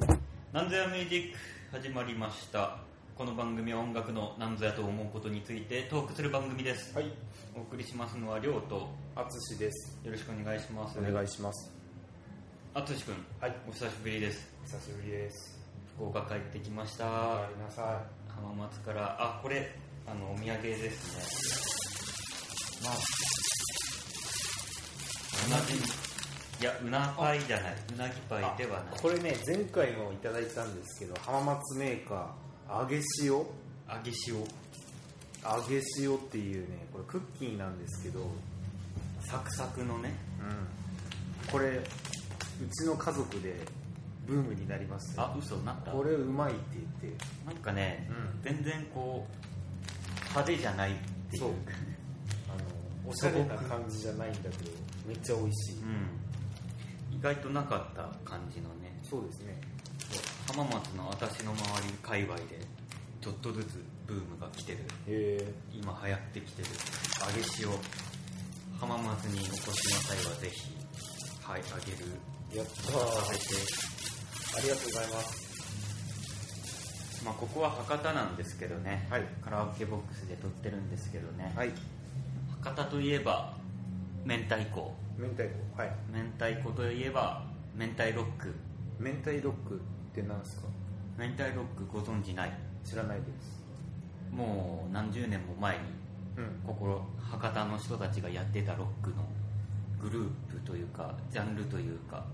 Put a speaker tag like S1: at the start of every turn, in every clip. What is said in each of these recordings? S1: ミュージック始まりましたこの番組は音楽の何ぞやと思うことについてトークする番組です、
S2: はい、
S1: お送りしますのはりょうと
S2: あつしです。
S1: よろしくお願いします
S2: お願いします。
S1: あつしくん
S2: はい、
S1: お久しぶりです
S2: 久しぶりです。
S1: 福岡帰ってきました
S2: おかえりなさ
S1: 浜松からあこれあのお土産ですね
S2: い。まあ、
S1: うなぎいやうなパイじゃないうなぎパイではない
S2: これね、前回もいただいたんですけど、浜松メーカー、揚げ塩、揚
S1: 揚げ塩
S2: げ塩っていうね、これクッキーなんですけど、うん、
S1: サクサクのね
S2: これ、うちの家族でブームになりましたよ。
S1: あ嘘なった
S2: これうまいって言って、
S1: なんかね、
S2: うん
S1: 全然こう派手じゃないっていう
S2: そうあの、おしゃれな感じじゃないんだけど、めっちゃ美味しい。
S1: うん、意外となかった感じのね
S2: そうですね。
S1: 浜松の私の周り界隈でちょっとずつブームが来てる
S2: へえ
S1: 今流行ってきてる揚げ塩浜松にお越しの際はぜひはいあげる
S2: やった
S1: 食べて
S2: ー。ありがとうございます。
S1: まあここは博多なんですけどね、
S2: はい
S1: カラオケボックスで撮ってるんですけどね、
S2: はい。
S1: 博多といえば明太子
S2: 明太子はい
S1: 明太子といえば明太ロック
S2: 明太ロックって何ですか
S1: 明太ロックご存じない
S2: 知らないです
S1: もう何十年も前に
S2: うん
S1: 心博多の人たちがやってたロックのグループというかジャンルというか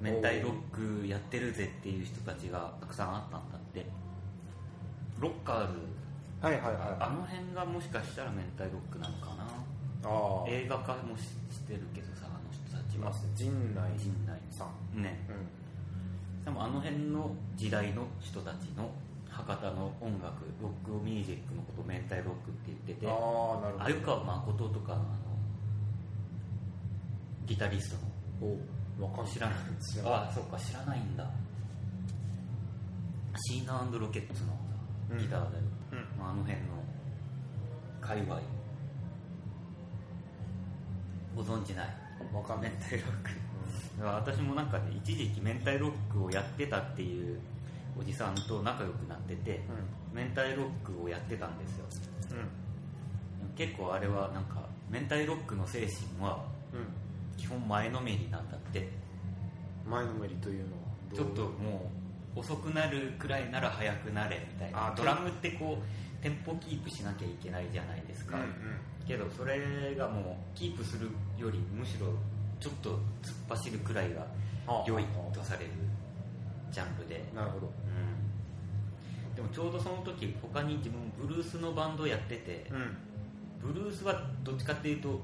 S1: 明太ロックやってるぜっていう人たちがたくさんあったんだってロッカーズ
S2: はいはいはい
S1: あの辺がもしかしたら明太ロックなのかな
S2: あ
S1: 映画化もししてるけどさあの人た
S2: い
S1: ちは
S2: ますね陣内
S1: 陣内
S2: さん
S1: ね
S2: うん
S1: でもあの辺の時代の人たちの博多の音楽ロックミュージックのこと明太ロックって言ってて
S2: ああなるほ
S1: 鮎川誠とかのあのギタリスト
S2: どお
S1: の知らない
S2: 知らない
S1: ああそうか知らないんだシーナロケッツ
S2: う
S1: の
S2: ん
S1: ギターだよ、
S2: うん
S1: まあ、あの辺の界隈ご存じない
S2: わかんない
S1: 明太ロック私もなんかね一時期明太ロックをやってたっていうおじさんと仲良くなってて、明太ロックをやってたんですよ
S2: うんうん
S1: 結構あれはなんか明太ロックの精神は
S2: う
S1: 基本前のめりなんだって
S2: ん前のめりというのは
S1: ち
S2: ど
S1: ょ
S2: う
S1: っともう遅くなるくらいなら早くなれみたいな
S2: あ
S1: ドラムってこうテンポキープしなきゃいけないじゃないです
S2: う
S1: か、
S2: んうん
S1: けどそれがもうキープするよりむしろちょっと突っ走るくらいが
S2: あ
S1: 良いとされるジャンルで、
S2: なるほど
S1: うん、でもちょうどその時他に自分ブルースのバンドやってて、
S2: うん
S1: ブルースはどっちかっていうと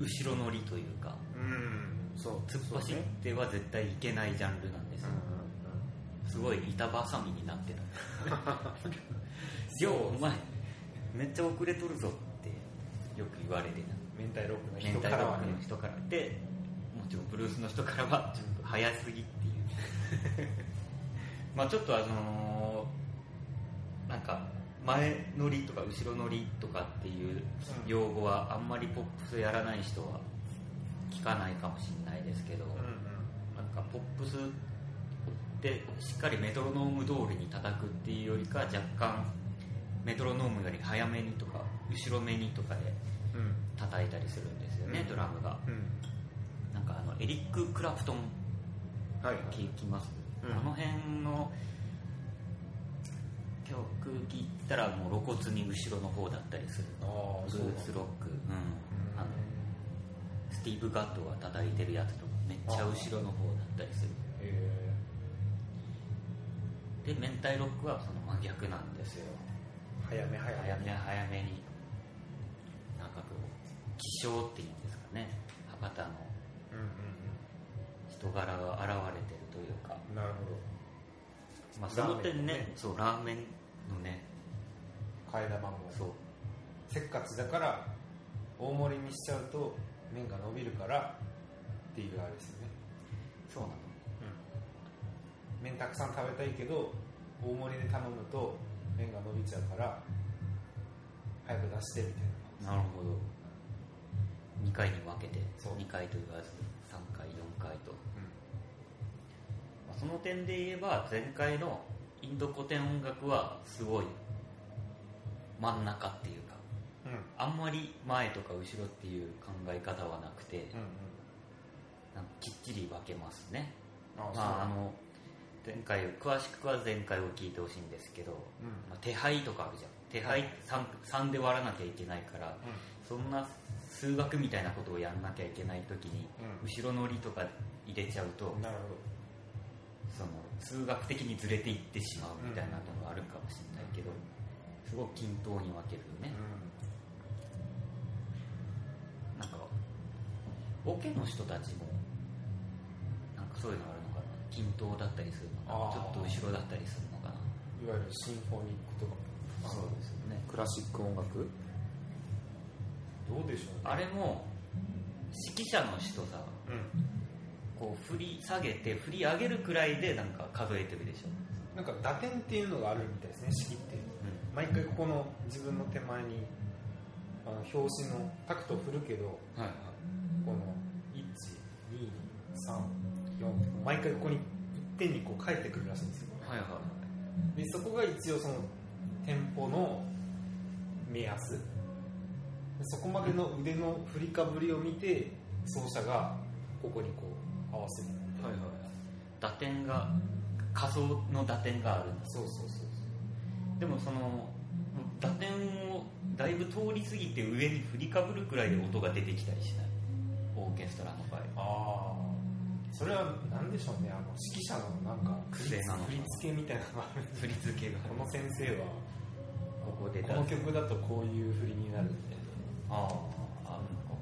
S1: 後ろ乗りというか
S2: うんそう
S1: 突っ走
S2: そう
S1: っ
S2: ね
S1: ては絶対いけないジャンルなんです
S2: う
S1: よ
S2: んうんうん
S1: すごい板挟みになってる ようお前めっちゃ遅れとるぞってよく言われてる
S2: 明太ロックの
S1: 明
S2: 人
S1: 太ロ
S2: から
S1: ッ
S2: は
S1: ク
S2: ね
S1: の人からでもちろんブルースの人からはちょっと早すぎっていうまあちょっとあのーなんか前乗りとか後ろ乗りとかっていう用語はあんまりポップスやらない人は聞かないかもしれないですけど、
S2: うんうん
S1: なんかポップスってしっかりメトロノーム通りに叩くっていうよりか若干メトロノームより早めにとか後ろめにとかで
S2: うん
S1: 叩いたりするんですよね、
S2: うん
S1: ドラムが
S2: うん
S1: なんかあのエリック・クラプトン
S2: はいはい
S1: 聞きます、
S2: うん
S1: あの辺の曲聴いたらもう露骨に後ろの方だったりする
S2: ああ
S1: ブ
S2: そう
S1: ルースロック、うん、あのスティーブ・ガットが叩いてるやつとかめっちゃ後ろの方だったりする
S2: へえ
S1: で明太ロックはその真逆なんですよ
S2: 早め早め
S1: 早め早めになんかこう気象っていうんですかね博多の
S2: うんうん
S1: 人柄が現れてるというか、
S2: うんなるほど
S1: まあ、そ
S2: ラ
S1: の
S2: ーメン
S1: 点ね
S2: ね
S1: そうラーメンのね
S2: 替え玉も
S1: そう
S2: せっかちだから大盛りにしちゃうと麺が伸びるからっていうあれですよね、
S1: そうなの
S2: 麺たくさん食べたいけど大盛りで頼むと麺が伸びちゃうから早く出してみたい
S1: なるほど2回に分けて
S2: そう
S1: 2回と言わず3回4回と、
S2: な、
S1: まあその点で言えば前回のインド古典音楽はすごい真ん中っていうか
S2: うん
S1: あんまり前とか後ろっていう考え方はなくて
S2: うん
S1: なんかきっちり分けますね
S2: うん
S1: まああの前回詳しくは前回を聞いてほしいんですけど、
S2: うん
S1: まあ手配とかあるじゃん手配 3, 3で割らなきゃいけないから
S2: う
S1: そんな数学みたいなことをやんなきゃいけない時に
S2: うん
S1: 後ろ乗りとか入れちゃうと
S2: んなるほ
S1: その数学的にずれていってしまうみたいなのがあるかもしれないけどすごく均等に分けるよ
S2: ど、
S1: ね
S2: う
S1: なんかオケの人たちもなんかそういうのあるのかな均等だったりするの
S2: あ
S1: か
S2: ー、
S1: なちょっと後ろだったりするのかなん
S2: いわゆるシンフォニックとか
S1: そうですよね
S3: クラシック音楽
S2: どうでしょうね
S1: あれも指揮者の人さ
S2: うん
S1: こう振り下げて振り上げるくらいでなんか数えてるでしょ、
S2: なんか打点っていうのがあるみたいですね式って毎回ここの自分の手前にあの表紙のタクト振るけど
S1: はいはい
S2: この1234毎回ここに1点にこう書いてくるらしいんですよ
S1: はいはい
S2: でそこが一応そのテンポの目安でそこまでの腕の振りかぶりを見て奏者がここにこう合わせる
S1: はいはい打点が仮想の打点があるんです
S2: そうそうそう
S1: でもその打点をだいぶ通り過ぎて上に振りかぶるくらいで音が出てきたりしないオーケストラの場合
S2: ああそれは何でしょうねあの指揮者のなんか
S1: 癖なのか
S2: 振り付けみたいなのがある
S1: 振り付けが
S2: この先生は
S1: ここで
S2: この曲だとこういう振りになるみたいな
S1: あああるのか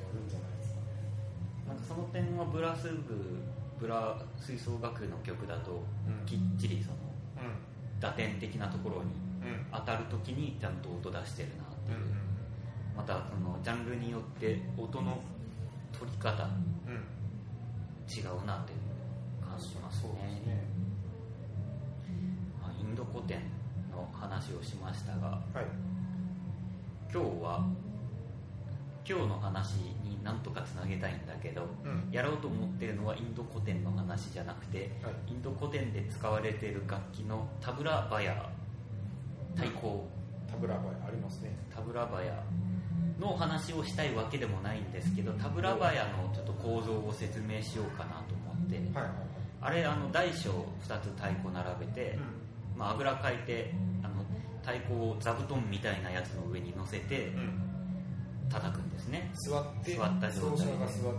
S2: やるんじゃないですか
S1: なんかその点はブラス部ブラ吹奏楽の曲だと
S2: うん
S1: きっちりその打点的なところに
S2: うんうん
S1: 当たるときにちゃんと音出してるなっていう、またそのジャンルによって音の取り方
S2: うんうん
S1: 違うなっていう感じします
S2: そうです
S1: ね
S2: ね
S1: まあインド古典の話をしましたが
S2: はい
S1: 今日は今日の話になんとかつなげたいんだけど
S2: うん
S1: やろうと思ってるのはインド古典の話じゃなくて
S2: はい
S1: インド古典で使われている楽器のタブラバヤ太鼓
S2: タブラバヤありますね
S1: タブラバヤのお話をしたいわけでもないんですけどタブラバヤのちょっと構造を説明しようかなと思って
S2: はいはいはい
S1: あれあの大小2つ太鼓並べて、まあ、油かいてあの太鼓を座布団みたいなやつの上に乗せて
S2: うんうん
S1: 叩くんですね
S2: 座って
S1: 座った状態
S2: 奏者が座って叩
S1: そう
S2: く
S1: そう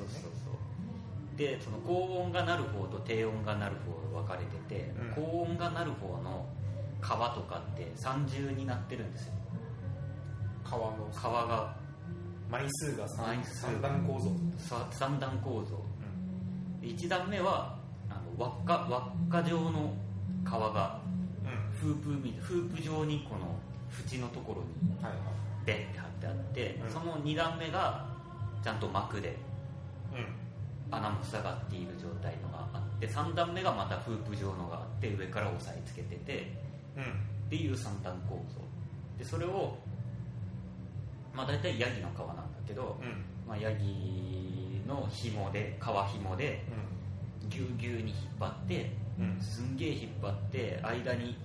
S1: そうでその高音が鳴る方と低音が鳴る方分かれてて、
S2: うん
S1: 高音が鳴る方の川とかって三重になってるんですよ
S2: 川の
S1: 川が
S2: 枚数が
S1: 枚
S2: 三
S1: 数
S2: 三段構造
S1: さ三段構造1段目はあの輪っか輪っか状の川が
S2: うん
S1: フープみフープ状にこの縁のところに
S2: はいは
S1: ベンって貼ってあって、
S2: うん
S1: その2段目がちゃんと膜で
S2: いうん
S1: 穴も塞がっている状態のがあって3段目がまたフープ状のがあって上から押さえつけてて
S2: うん
S1: っていう3段構造でそれをまあ大体ヤギの皮なんだけど、
S2: うん
S1: まあ、ヤギの紐で皮紐でぎゅうぎゅうに引っ張って
S2: うんうん
S1: すんげえ引っ張って間に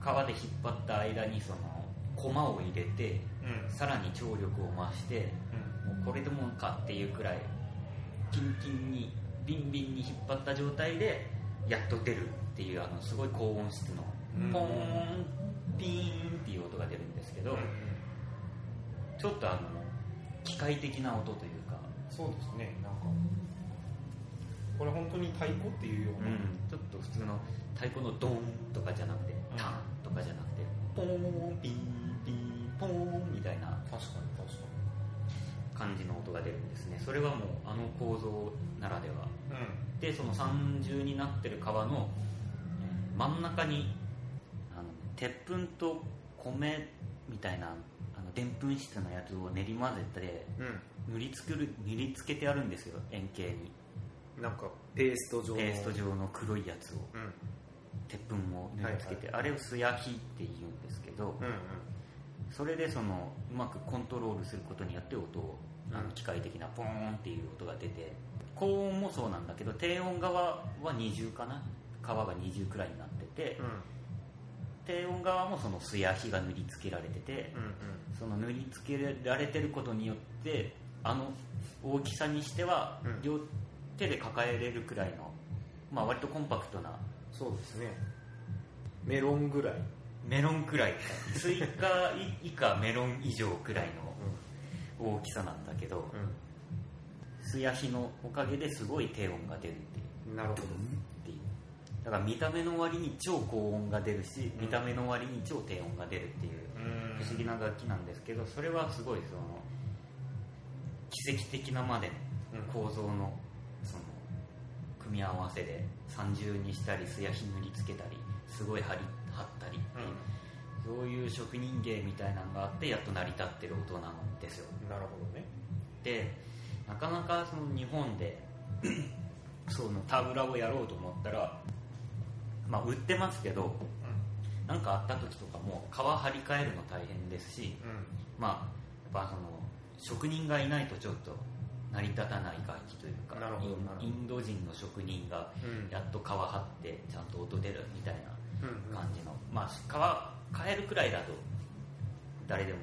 S1: 皮で引っ張った間にその駒を入れて
S2: うん
S1: さらに張力を増してもうこれでもかっていうくらいキンキンにビンビンに引っ張った状態でやっと出るっていうあのすごい高音質の
S2: うん
S1: ポーンピーンっていう音が出るんですけど
S2: うん
S1: ちょっとあの機械的な音というか、
S2: そうですねなんかこれ本当に太鼓っていうような
S1: ちょっと普通の太鼓のドーンとかじゃなくて
S2: ん
S1: ターンとかじゃなくてポーンピンピンポーンみたいな
S2: 確かに確か
S1: 感じの音が出るんですねそれはもうあの構造ならでは
S2: にうん
S1: でその三重になってる川のえー真ん中にあの鉄粉と米みたいなあのでんぷん質のやつを練り混ぜて
S2: う
S1: 塗りつける塗りつけてあるんですよ円形に
S2: んなんか
S3: ペースト状の
S1: ペースト状の黒いやつを
S2: うん
S1: 鉄粉を塗りつけて、あれを素焼きって言うんですけど、
S2: うん
S1: それでそのうまくコントロールすることによって音をあ
S2: う
S1: の
S2: ん
S1: 機械的なポーンっていう音が出て高音もそうなんだけど低音側は二重かな川が二重くらいになってて、低音側もその素や火が塗りつけられてて、
S2: うんうん
S1: その塗りつけられてることによってあの大きさにしては
S2: うん
S1: 両手で抱えれるくらいの、まあ割とコンパクトな
S2: そうですねメロンぐらい、
S1: メロンくらいスイカ以下メロン以上くらいの大きさなんだけど素や火のおかげですごい低音が出るっていう
S2: なるほど
S1: っていうだから見た目の割に超高音が出るし見た目の割に超低音が出るっていう不思議な楽器なんですけどそれはすごいその奇跡的なまで
S2: うん
S1: 構造のその組み合わせで三重にしたり素やひ塗りつけたりすごい張り張ったりっていう、そういう職人芸みたいなのがあってやっと成り立ってる音なんですよ
S2: なるほどね
S1: でなかなかその日本 でそのタブラをやろうと思ったらまあ売ってますけどなんかあった時とかも皮張り替えるの大変ですしまあやっぱその職人がいないとちょっと成り立たない楽器というか
S2: なるほど
S1: イン
S2: なるほど
S1: インド人の職人が
S2: うん
S1: やっと皮張ってちゃんと音出るみたいな
S2: うん
S1: 感じの、まあ皮変えるくらいだと誰でも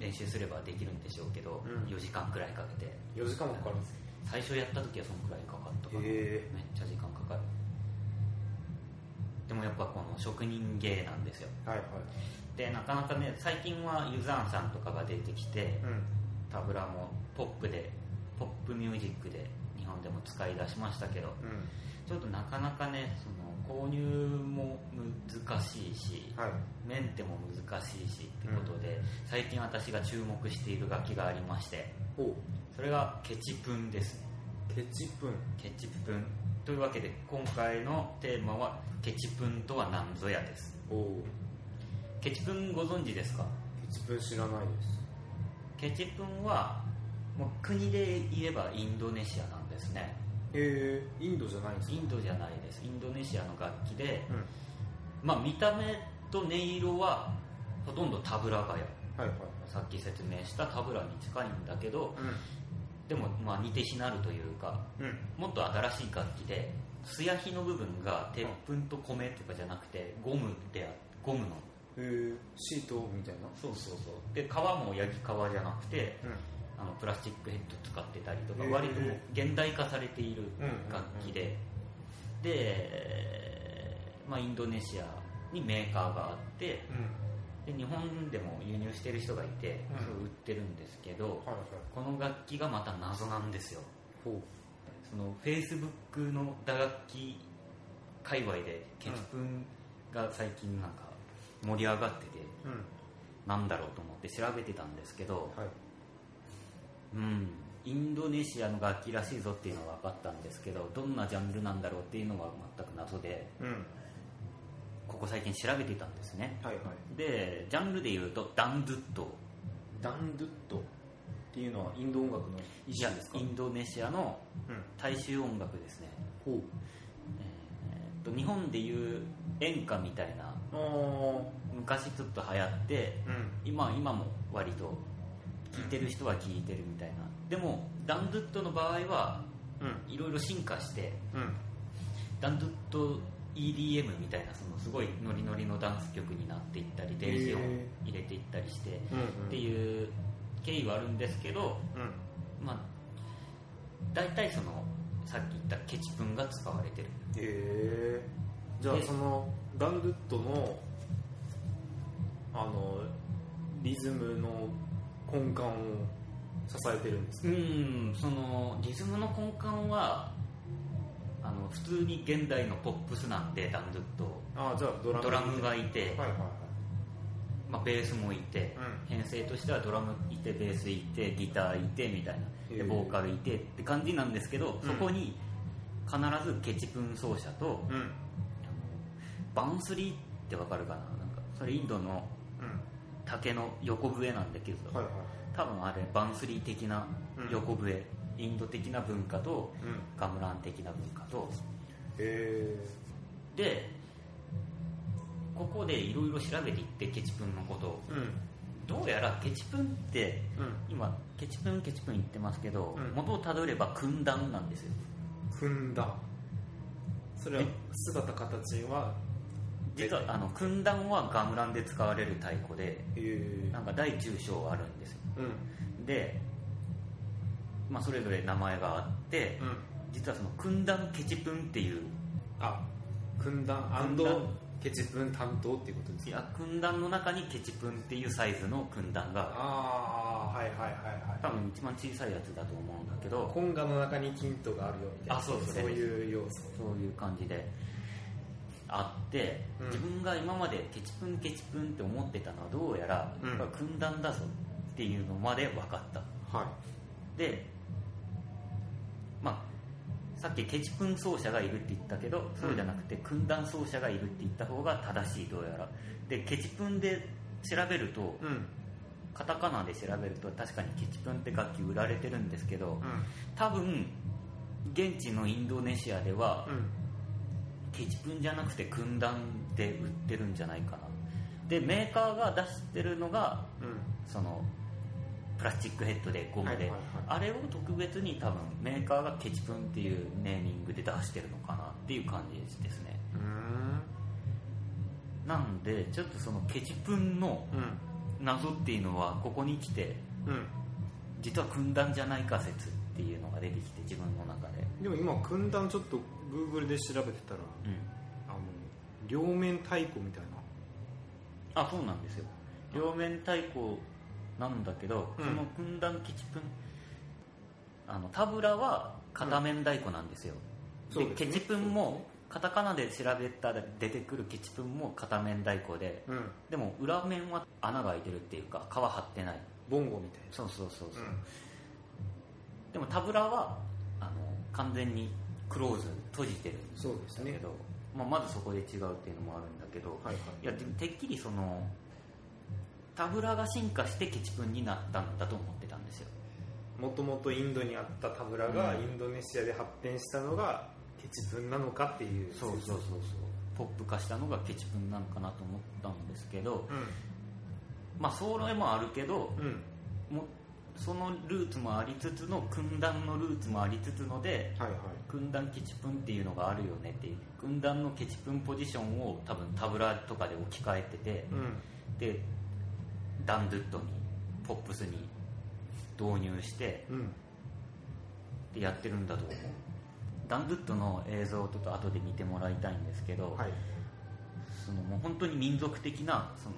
S1: 練習すればできるんでしょうけど、
S2: うん
S1: 4時間くらいかけて
S2: 4時間もかかるんです
S1: 最初やった時はそのくらいかかったかな、
S2: へ
S1: めっちゃ時間かかるでもやっぱこの職人芸なんですよ
S2: はいはい
S1: でなかなかね最近はユザーンさんとかが出てきて
S2: うん
S1: タブラもポップでポップミュージックで日本でも使い出しましたけどちょっとなかなかねその購入も難しいし
S2: はい
S1: メンテも難しいしってことで、最近私が注目している楽器がありまして
S2: お
S1: それがケチプンですね
S2: ケチプン
S1: ケチプンというわけで今回のテーマはケチプンとは何ぞやです
S2: お
S1: ケチプンご存知ですか
S2: ケチプン知らないです
S1: ケチプンはもう国で言えばインドネシアなんですね
S2: へえインドじゃないんです
S1: イ
S2: か
S1: ンドじゃないですインドネシアの楽器で、
S2: うん
S1: まあ見た目と音色はほとんどタブラガヤ
S2: はいはい
S1: さっき説明したタブラに近いんだけど
S2: う
S1: でもまあ似て非なるというか
S2: んうん
S1: もっと新しい楽器で素焼きの部分が鉄粉と米とかじゃなくてゴムであゴムの
S2: えー、シートみたいな
S1: そうそうそうで皮もヤギ皮じゃなくて
S2: う
S1: あのプラスチックヘッド使ってたりとか
S2: へー
S1: 割ともう現代化されている楽器で、で、まあ、インドネシアにメーカーがあって
S2: んうん
S1: で日本でも輸入してる人がいて、
S2: うん
S1: そう売ってるんですけど
S2: はいはい
S1: この楽器がまた謎なんですよ
S2: ほう
S1: そのフェイスブックの打楽器界隈でケチプンが最近なんか盛り上がってて
S2: うん
S1: なんだろうと思って調べてたんですけど、
S2: はい
S1: うん、インドネシアの楽器らしいぞっていうのは分かったんですけどどんなジャンルなんだろうっていうのは全く謎で
S2: うん
S1: ここ最近調べてたんですね
S2: はいはい
S1: でジャンルでいうとダンドゥット
S2: ダンドゥットっていうのはインド音楽の一種ですか
S1: いやインドネシアの
S2: うん
S1: 大衆音楽ですね、
S2: ほう
S1: えーっと日本でいう演歌みたいな
S2: あ
S1: 昔ちょっと流行って
S2: あうん
S1: 今今も割と聴いてる人は聴いてるみたいなでもダンドゥットの場合は
S2: うん
S1: いろいろ進化して
S2: うん
S1: ダンドゥット EDM みたいなそのすごいノリノリのダンス曲になっていったり電子音
S2: へ
S1: 入れていったりしてっ
S2: うん
S1: て
S2: う
S1: いう経緯はあるんですけど
S2: うん
S1: まあ大体そのさっき言ったケチプンが使われてる
S2: へえじゃあ
S1: で
S2: そのダンドゥットのあのリズムの根幹を支えてるんです
S1: うーんそのリズムの根幹はあの普通に現代のポップスなんでダンドゥット
S2: ああじゃあドラム
S1: ドラムがいて、
S2: はいはいは
S1: まあ、ベースもいて
S2: い、うん
S1: 編成としてはドラムいてベースいてギターいてみたいなで
S2: へー
S1: ボーカルいてって感じなんですけど
S2: うん
S1: そこに必ずケチプン奏者と
S2: うん
S1: バンスリーってわかるかななんかそれインドの
S2: うん
S1: 竹の横笛なんだけど
S2: はいは
S1: 多分あれバンスリー的な横笛インド的な文化と
S2: いうん
S1: ガムラン的な文化と
S2: へえ
S1: でここでいろいろ調べていってケチプンのことを
S2: うん
S1: どうやらケチプンって今ケチプンケチプン言ってますけど、
S2: うん
S1: 元をたどれば訓団なんですよ
S2: 踏んだそれは姿形は
S1: 実はあの訓団はガムランで使われる太鼓で
S2: えー
S1: なんか大中小あるんですよ
S2: うん
S1: で、まあ、それぞれ名前があって、
S2: うん
S1: 実はその訓団ケチプンっていう
S2: あ訓
S1: 訓
S2: 断
S1: 断
S2: ケチ分担当っていうことです
S1: い
S2: ね
S1: や訓団の中にケチプンっていうサイズの訓団が
S2: ああはいはいはい
S1: 多
S2: はい
S1: 分一番小さいやつだと思うんだけど
S2: 本願の中に金とがあるよみたいな
S1: あそうですね
S2: そういう要素
S1: そういう感じであって、
S2: うん
S1: 自分が今までケチプンケチプンって思ってたのはどうやら、
S2: うん
S1: これは訓団だぞっていうのまで分かった
S2: はい
S1: でまあさっきケチプン奏者がいるって言ったけどそうじゃなくて訓団奏者がいるって言った方が正しいどうやらでケチプンで調べると
S2: うん
S1: カタカナで調べると確かにケチプンって楽器売られてるんですけど多分現地のインドネシアでは
S2: うん
S1: ケチプンじゃなくて訓団で売ってるんじゃないかなでメーカーが出してるのが
S2: うん
S1: そのプラスチックヘッドでゴムで、
S2: はいはいはい
S1: あれを特別に多分メーカーがケチプンっていうネーミングで出してるのかなっていう感じですね
S2: うーん
S1: なんでちょっとそのケチプンの
S2: う
S1: 謎っていうのはここに来て
S2: んうん
S1: 実は訓断じゃないか説っていうのが出てきて自分の中で、
S2: でも今訓断ちょっと Google で調べてたら
S1: うん、
S2: あの両面太鼓みたいな
S1: あそうなんですよ両面対抗なんだけど、
S2: うん
S1: その訓断ケチプンあのタブラは片面太鼓なんですよ、
S2: そうです
S1: で
S2: ね
S1: ケチプンもカタカナで調べたら出てくるケチプンも片面太鼓で
S2: うん
S1: でも裏面は穴が開いてるっていうか皮張ってない
S2: ボンゴみたい
S1: そうそうそうそう、
S2: な
S1: でもタブラはあの完全にクローズ閉じてるん
S2: そうです
S1: だ
S2: ね
S1: けど、まあ、まずそこで違うっていうのもあるんだけど、
S2: はいはい
S1: いやでもてっきりそのタブラが進化してケチプンになったんだと思ってたんですよ
S2: もともとインドにあったタブラがインドネシアで発展したのがケチ分なのかっていう
S1: そうそうポップ化したのがケチプンなのかなと思ったんですけどまあそれもあるけど
S2: うんうん
S1: もそのルーツもありつつの訓団のルーツもありつつので
S2: はいはい
S1: 訓団ケチプンっていうのがあるよねっていう訓団のケチプンポジションを多分タブラとかで置き換えてて
S2: うん
S1: でダンドゥットにポップスに導入して
S2: うん
S1: でやってるんだと思うダンドゥットの映像をちょっと後で見てもらいたいんですけど、
S2: はい
S1: そのもう本当に民族的なその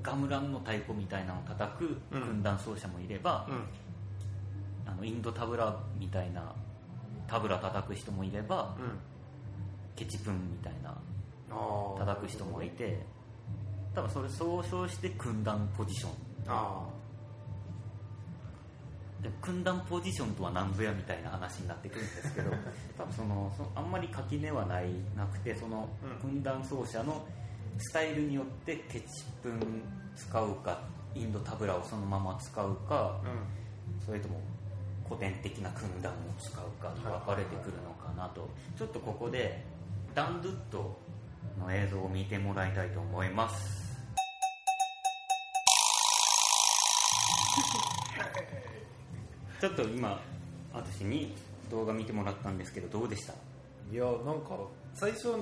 S1: ガムランの太鼓みたいなのを叩く
S2: うん
S1: 軍団奏者もいれば、
S2: う
S1: あのインドタブラみたいなタブラ叩く人もいれば
S2: んうん
S1: ケチプンみたいな
S2: ああ
S1: 叩く人もいて多分それ総称して訓団ポジション
S2: あ
S1: で訓団ポジションとは何ぞやみたいな話になってくるんです けど多分そのそのあんまり垣根はないなくてその
S2: うん
S1: 訓団奏者のスタイルによってケチプン使うかインドタブラをそのまま使うか
S2: あうん
S1: それとも古典的な訓団を使うかに分かれてくるのかなとちょっとここでダンドゥットの映像を見てもらいたいと思いますちょっと今私に動画見てもらったんですけどどうでした
S2: いやなんか最初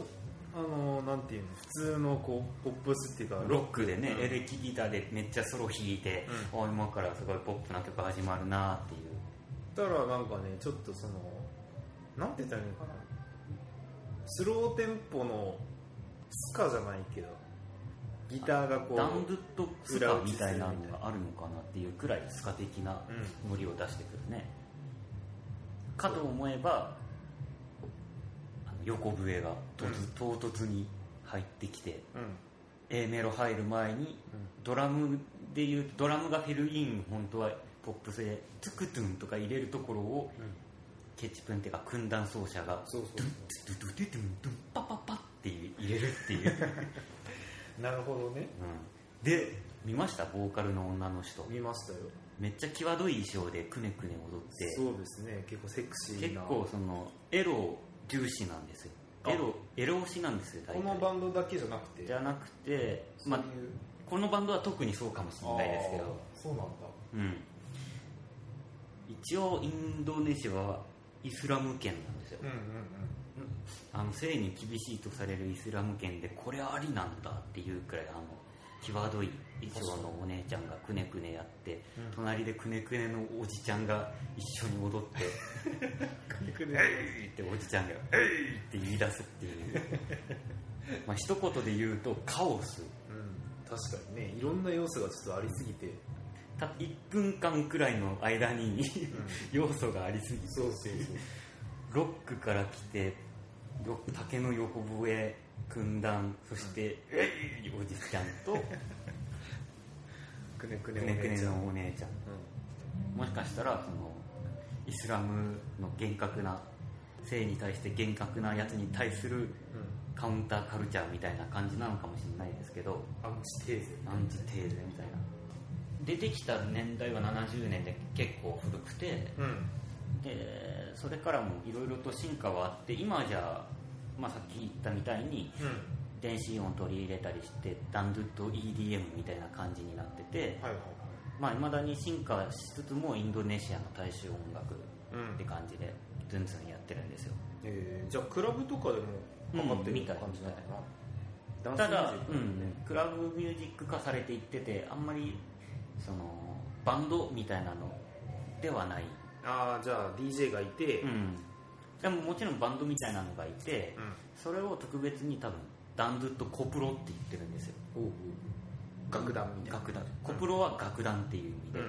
S2: あのなんていうの普通のこうポップスっていうか
S1: ロックでね、
S2: うん
S1: エレキギターでめっちゃソロ弾いて、あ今からすごいポップな曲始まるなっていう
S2: ったらなんかねちょっとそのなんて言ったらいいのかなスローテンポのスカじゃないけどギターがこう
S1: ダンドゥットスカみたいなのがあるのかなっていうくらいスカ的なノリを出してくるね、かと思えばあの横笛が突,、唐突に入ってきて
S2: うん
S1: A メロ入る前にドラムでいうドラムがフィルイン本当はポップスでトゥクトゥンとか入れるところを
S2: うん
S1: ケチプンっていうか訓断奏者が
S2: そうそう
S1: ド
S2: そ
S1: ゥドゥドゥドゥンドゥンパパパって入れるっていう、
S2: うなるほどね
S1: うんで見ましたボーカルの女の人
S2: 見ましたよ
S1: めっちゃ際どい衣装でくねくね踊って
S2: そうですね結構セクシー
S1: 結
S2: な
S1: 構そのエロ重視なんですよ
S2: あ
S1: エロエロ推しなんですよ大
S2: この
S1: 体
S2: バンドだけじゃなくて
S1: じゃなくて、まあ
S2: そういう
S1: このバンドは特にそうかもしれないですけど、
S2: そうなんだ
S1: うん、一応インドネシアはイスラム圏なんですよ
S2: うんうん
S1: あの性に厳しいとされるイスラム圏でこれありなんだっていうくらいあの際どい衣装のお姉ちゃんがくねくねやって、
S2: うん
S1: 隣でくねくねのおじちゃんが一緒に踊って
S2: うんく
S1: 「えい!」っておじちゃんが「えい!」って言い出すっていうまあ一言で言うとカオス
S2: うん確かにねいろんな要素がちょっとありすぎて、
S1: た1分間くらいの間に要素がありすぎて
S2: そうそうそう
S1: ロックから来てロ竹の横笛軍団そして、えいおじちゃんと
S2: くね
S1: く
S2: くね
S1: ねくねのお姉ちゃん
S2: う
S1: もしかしたらそのイスラムの厳格な性に対して厳格なやつに対する
S2: ん、うん、
S1: カウンターカルチャーみたいな感じなのかもしれないですけど
S2: アンチテーゼ
S1: アンチテーゼみたいな出てきた年代は70年で結構古くて
S2: うん
S1: でそれからもいろいろと進化はあって今じゃあ、まあ、さっき言ったみたいに
S2: うん
S1: 電子音取り入れたりしてダンドゥッド EDM みたいな感じになってて
S2: はいはいはい
S1: まあ、未だに進化しつつもインドネシアの大衆音楽って感じでズンズンやってるんですよ
S2: えー、じゃあクラブとかでもかかって
S1: うん
S2: る
S1: みたい
S2: 感じなのかな、
S1: ただ、
S2: ダンスミュージック
S1: う
S2: なん
S1: ん、クラブミュージック化されていっててあんまりそのバンドみたいなのではない、
S2: ああじゃあ DJ がいて、
S1: うん、でももちろんバンドみたいなのがいてそれを特別に多分ダンドゥッドコプロって言ってるんですよ
S2: うんおうおう楽団みたいな
S1: 楽団コプロは楽団っていう意味で、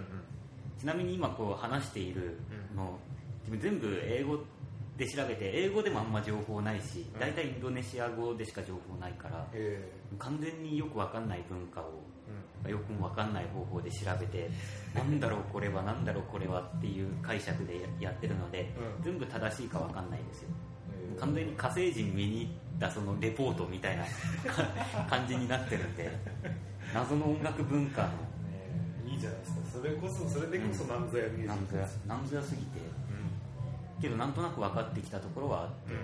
S1: ちなみに今こう話しているの、全部英語で調べて英語でもあんま情報ないし
S2: うん
S1: 大体、インドネシア語でしか情報ないから
S2: え
S1: 完全によくわかんない文化
S2: え
S1: を
S2: う
S1: よ
S2: ん
S1: くもわかんない方法で調べてなんだろうこれはなんだろうこれはっていう解釈でやってるので、
S2: うん
S1: 全部正しいかわかんないですよ
S2: ええ
S1: 完全に火星人見に行ったそのレポートみ たいな感じになってるんで謎の音楽文化の
S2: ねえいいじゃないですかそれこそそれでこそ南座やミュージ
S1: なん
S2: ック
S1: ぞやなんぞやすぎてけどなんとなく分かってきたところは、
S2: うんうん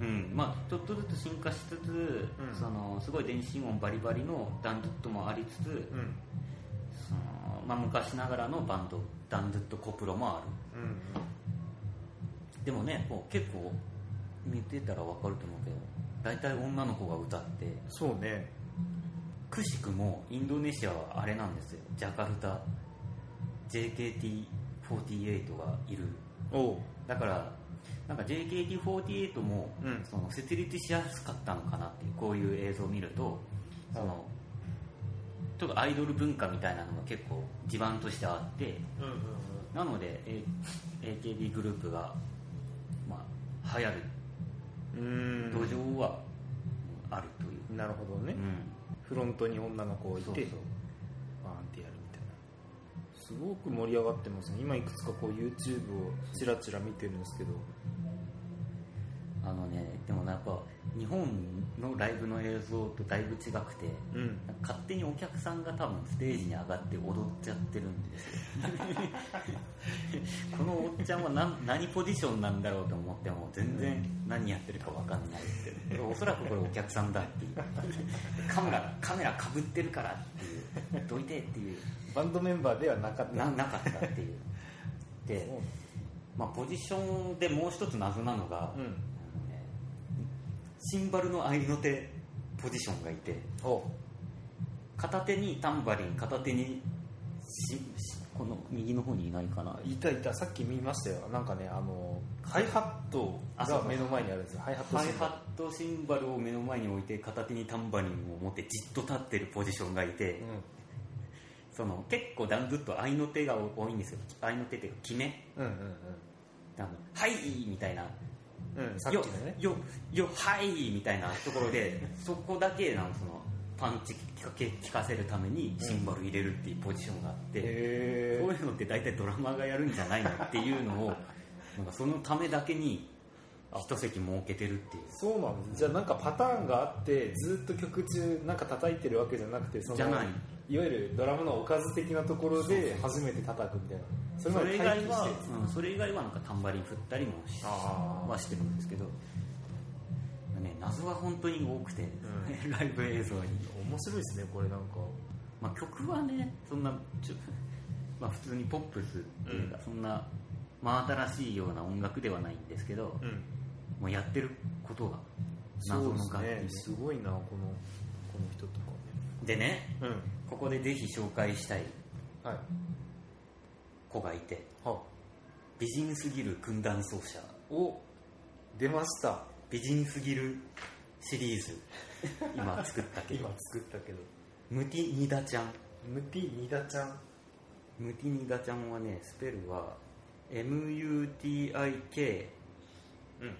S1: うんまあ、ちょっとずつ進化しつつ、
S2: ん
S1: そのすごい電子音バリバリのダンドゥットもありつつ、
S2: うんうん
S1: そのまあ、昔ながらのバンドダンドゥットコプロもある
S2: うんうん
S1: でもねもう結構見てたら分かると思うけど大体女の子が歌って
S2: そうね
S1: くしくもインドネシアはあれなんですよジャカルタ JKT48 がいる
S2: おう
S1: だからなんか JKT48 も、
S2: うん
S1: その設立しやすかったのかなっていうこういう映像を見るとそのちょっとアイドル文化みたいなのが結構地盤としてあって
S2: うんうん
S1: なので、A、AKB グループが、まあ、流行る
S2: うん
S1: 土壌はあるという、
S2: なるほどね
S1: うん
S2: フロントに女の子を置い
S1: そう
S2: て
S1: そう
S2: バーンってやるみたいなすごく盛り上がってますね今いくつかこう YouTube をちらちら見てるんですけど
S1: あのねでもなんか日本のライブの映像とだいぶ違くて
S2: うん
S1: 勝手にお客さんが多分ステージに上がって踊っちゃってるん ですよこのおっちゃんは何何ポジションなんだろうと思っても全然何やってるか分かんないっておそらくこれお客さんだっていうカメラカメラかぶってるからっていうどいてっていう
S2: バンドメンバーではなかった
S1: ななかったっていうで、まあ、ポジションでもう一つ謎なのが、
S2: う
S1: あ
S2: ん
S1: のねシンバルの合いの手ポジションがいて
S2: お
S1: 片手にタンバリン片手にししこの右の方にいないかない
S2: たいたさっき見ましたよなんかねあのハイハット
S1: あそう
S2: が
S1: そう
S2: 目の前にあるんですよハイハット
S1: ハ
S2: シ
S1: イ
S2: ンバ
S1: ハットシンバルを目の前に置いて片手にタンバリンを持ってじっと立ってるポジションがいて、
S2: ル
S1: その結構ダンずっと合いの手が多いんですよ合いの手っていうか決め
S2: うんうん
S1: あのはいみたいな
S2: うんうんさっきのね
S1: よよよはいみたいなところ でそこだけなんかそのパンチ効かけ効かせるためにシンバル入れるっていうポジションがあって、
S2: へ
S1: こう
S2: え
S1: いうのって大体ドラマーがやるんじゃないのっていう のをなんかそのためだけに一席設けてるっていう
S2: そうなんですじゃあなんかパターンがあってずっと曲中なんか叩いてるわけじゃなくてその
S1: じゃない
S2: いわゆるドラムのおかず的なところで初めて叩くみたいなそ
S1: それ
S2: まで
S1: 以外
S2: 待機
S1: は
S2: して、
S1: うん、それ以外はなんかタンバリン振ったりもし
S2: あー
S1: はしてるんですけど、ね、謎は本当に多くて、 ライブ映像に、
S3: 面白いですねこれなんか
S1: まあ、曲はねそんなちょ、 まあ、普通にポップスっていうか、そんな真新しいような音楽ではないんですけど、
S3: うん
S1: もうやってることが謎
S3: そう
S1: の
S3: で
S1: 楽器
S3: すね
S1: で
S3: すごいなこのこの人とか
S1: でね
S3: ね
S1: ここでぜひ紹介したい
S3: うんはい
S1: 子がいて
S3: は
S1: 美人すぎる軍団奏者
S3: お出ました
S1: 美人すぎるシリ ーズ今作ったけど
S3: 今作ったけど
S1: ムティニダちゃん
S3: ムティニダちゃん
S1: ムティニダちゃんはねスペルは MUTIK
S3: うん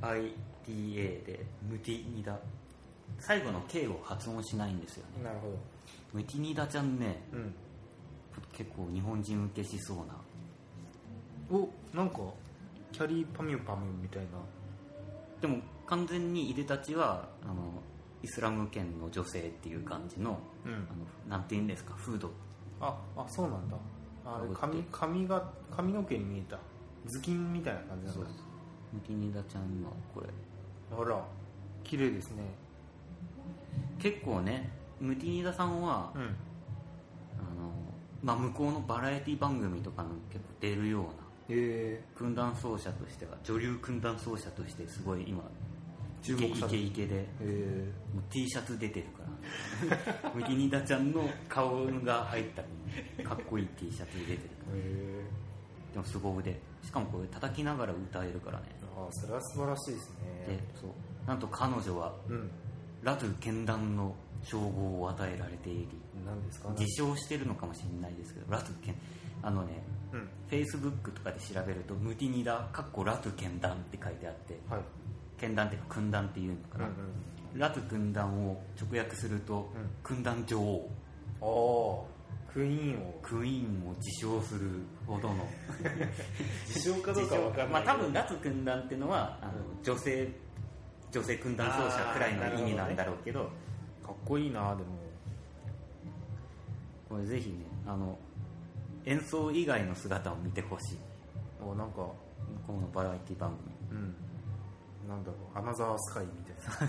S1: NITA でムティニダ最後の K を発音しないんですよね
S3: なるほ
S1: ムティニダちゃんね
S3: どうん
S1: 結構日本人受けしそうな
S3: おなんかキャリーパミュパミュみたいな
S1: でも完全にいでたちはあのイスラム圏の女性っていう感じの
S3: うん
S1: あのなんて言うんですかフード
S3: ああそうなんだあ
S1: こうやって
S3: 髪髪が髪の毛に見えた頭巾みたいな感じなんだ
S1: ムティニダちゃんのこれ
S3: あら綺麗ですね
S1: 結構ねムティニダさんは、
S3: うん
S1: あのまあ、向こうのバラエティ番組とかの結構出るような
S3: え
S1: 訓団奏者としては女流訓団奏者としてすごい今
S3: 注目されて
S1: イケイケイケで
S3: ー、え
S1: もう T シャツ出てるから ムティニダちゃんの顔が入ったかっこいい T シャツ出て
S3: ー、
S1: る
S3: え
S1: でもすご腕しかもこれ叩きながら歌えるからね
S3: ー、あそれは素晴らしいです
S1: で
S3: ね
S1: そうなんと彼女は
S3: うん
S1: ラズ剣団の称号を与えられていり
S3: 何ですか
S1: 自称してるのかもしれないですけどラズ剣あのね
S3: うん
S1: フェイスブックとかで調べるとムティニダかっこラズ剣団って書いてあって
S3: はい
S1: 剣団っていうか訓団っていうの
S3: う
S1: か
S3: んう
S1: な、
S3: ん
S1: ラズ軍団を直訳すると、
S3: うん
S1: 訓団女王
S3: ああクイーンを
S1: クイーンを自称するほどの
S3: 自称かどうかわかん
S1: ま
S3: な
S1: あ
S3: い
S1: 多分ラズ軍団っていうのはあの女性女性軍団奏者くらいの意味なんだろうけど
S3: かっこいいなでも
S1: これぜひねあの演奏以外の姿を見てほしい
S3: おなんか
S1: このバラエティ番 組
S3: うんなんだろうアナザースカイみたい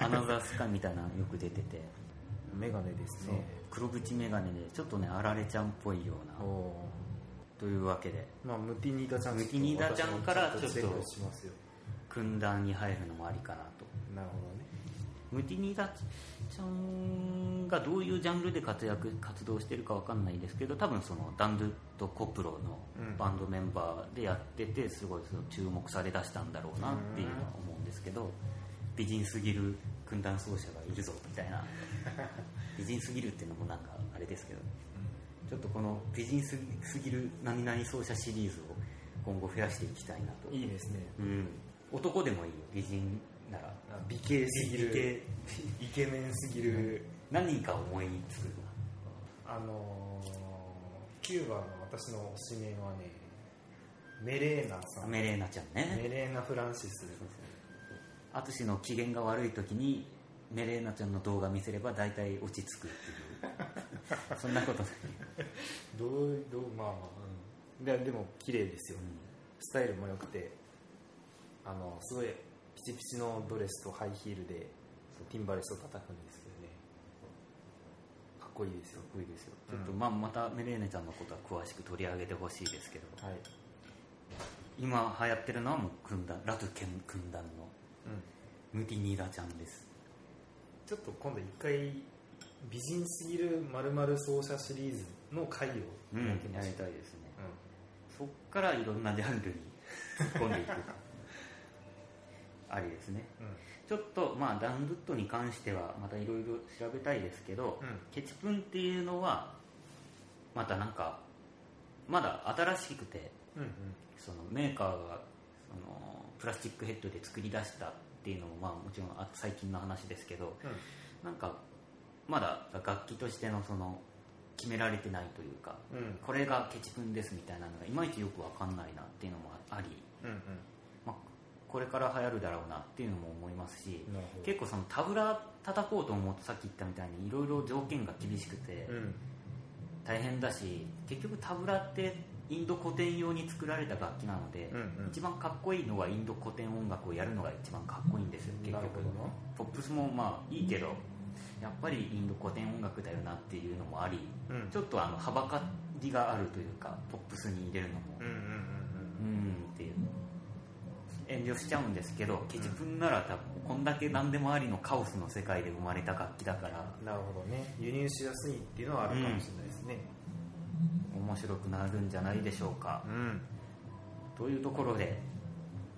S3: な
S1: 「アナザースカイ」みたいなのよく出てて
S3: メガネですね
S1: 黒縁眼鏡でちょっとねあられちゃんっぽいような
S3: おお
S1: というわけで
S3: まあムティニダちゃん
S1: ムティニダちゃんからちょっと
S3: チェックしますよ
S1: 訓団に入るのもありかなと
S3: なるほどね
S1: ムティニダちゃんがどういうジャンルで活躍活動してるかわかんないですけど多分そのダンドゥとコプロの
S3: うん
S1: バンドメンバーでやっててすごいその注目されだしたんだろうなっていうのは思うんですけど美人すぎる訓団奏者がいるぞみ たいな美人すぎるっていうのもなんかあれですけどちょっとこの美人すぎすぎる何々奏者シリーズを今後増やしていきたいなと
S3: いいですね
S1: うん、男でもいいよ美人なら
S3: あ美形すぎ
S1: 美形
S3: るイケメンすぎる
S1: 何人か思いつく
S2: あのー、キューバの私の推しメンはねメレーナさ
S1: な。
S2: ん
S1: メレーナちゃんね。
S2: メレーナ・フランシス
S1: 淳の機嫌が悪い時に、メレーナちゃんの動画見せれば大体落ち着くってい う。そんなことない。
S3: どうどうまあまあ、うん、ででも綺麗ですよ、スタイルも良くてあのすごいピチピチのドレスとハイヒールでティンバレスを叩くんですけどねかっこいいですよ
S1: 得意ですよ。ち
S3: う
S1: ょ
S3: ん
S1: っと、まあ、またメレーナちゃんのことは詳しく取り上げてほしいですけど、
S3: はい、
S1: 今流行ってるのはもう軍団、ラトゥケン軍団の
S3: うん、
S1: ムティニーダちゃんです。
S2: ちょっと今度一回美人すぎるまる奏者シリーズの回を
S1: うん、
S2: や
S1: や
S2: っ
S1: り
S2: て
S1: た
S2: ま
S1: い
S2: し
S1: で
S2: た、うん
S1: すね。そっからいろんなジャンルに突っ込んで いく。ありですね。ちょっとまあダンルットに関してはまたいろいろ調べたいですけど、
S2: うん
S1: ケチプンっていうのはまたなんかまだ新しくて
S2: うんうん
S1: そのメーカーがそのプラスチックヘッドで作り出したっていうのもまあもちろんあ最近の話ですけど
S2: うん
S1: なんかまだ楽器としてのその決められてないというか
S2: うんうん
S1: これがケチプンですみたいなのがいまいちよくわかんないなっていうのもあり、
S2: うん
S1: まあ、これから流行るだろうなっていうのも思いますし、
S3: なるほど
S1: 結構そのタブラ叩こうと思うとさっき言ったみたいにいろいろ条件が厳しくて
S2: うん
S1: 大変だし結局タブラってインド古典用に作られた楽器なので、
S2: うんうん
S1: 一番かっこいいのはインド古典音楽をやるのが一番かっこいいんですよ結
S2: な
S1: 局
S2: るほどな
S1: ポップスもまあいいけどやっぱりインド古典音楽だよなっていうのもあり、
S2: うん
S1: ちょっとあのはばかりがあるというかポップスに入れるのも
S2: うんうんうん
S1: うーんっていう遠慮しちゃうんですけどケチプンなら多分こんだけ何でもありのカオスの世界で生まれた楽器だから
S2: うんなるほどね輸入しやすいっていうのはあるかもしれないですね
S1: 面白くなるんじゃないでしょうか
S2: うん
S1: というところで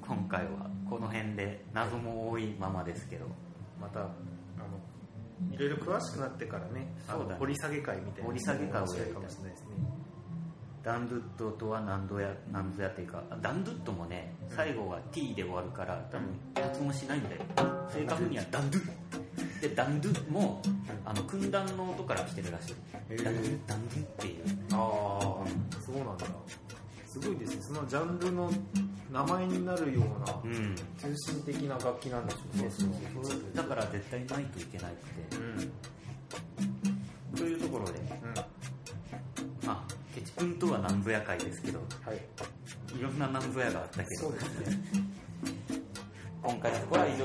S1: 今回はこの辺で謎も多いままですけど
S2: またあのいろいろ詳しくなってからねあの
S1: そうだね
S2: 掘り下げ会みたいな
S1: 掘り下げ会をやりたい
S2: 面白いかもしれないですね
S1: ダンドゥットとは何度や何度やっていうかダンドゥットもね最後は T で終わるから多分発音しないんだよ正確にはダンドゥッでダンドゥもあの訓断の音から来てるらし
S2: へ
S1: い
S2: ー
S1: ダンドゥダンドゥっていう
S2: ああそうなんだすごいですねそのジャンルの名前になるような
S1: うん
S2: 中心的な楽器なんでしょうねその
S1: だから絶対ないといけないって
S2: うんうん
S1: というところでまあケチ君とはなんぞや会ですけど
S2: はい
S1: いろんななんぞやがあったけ
S2: そ
S1: ど
S2: うですね
S1: 今回のところは以上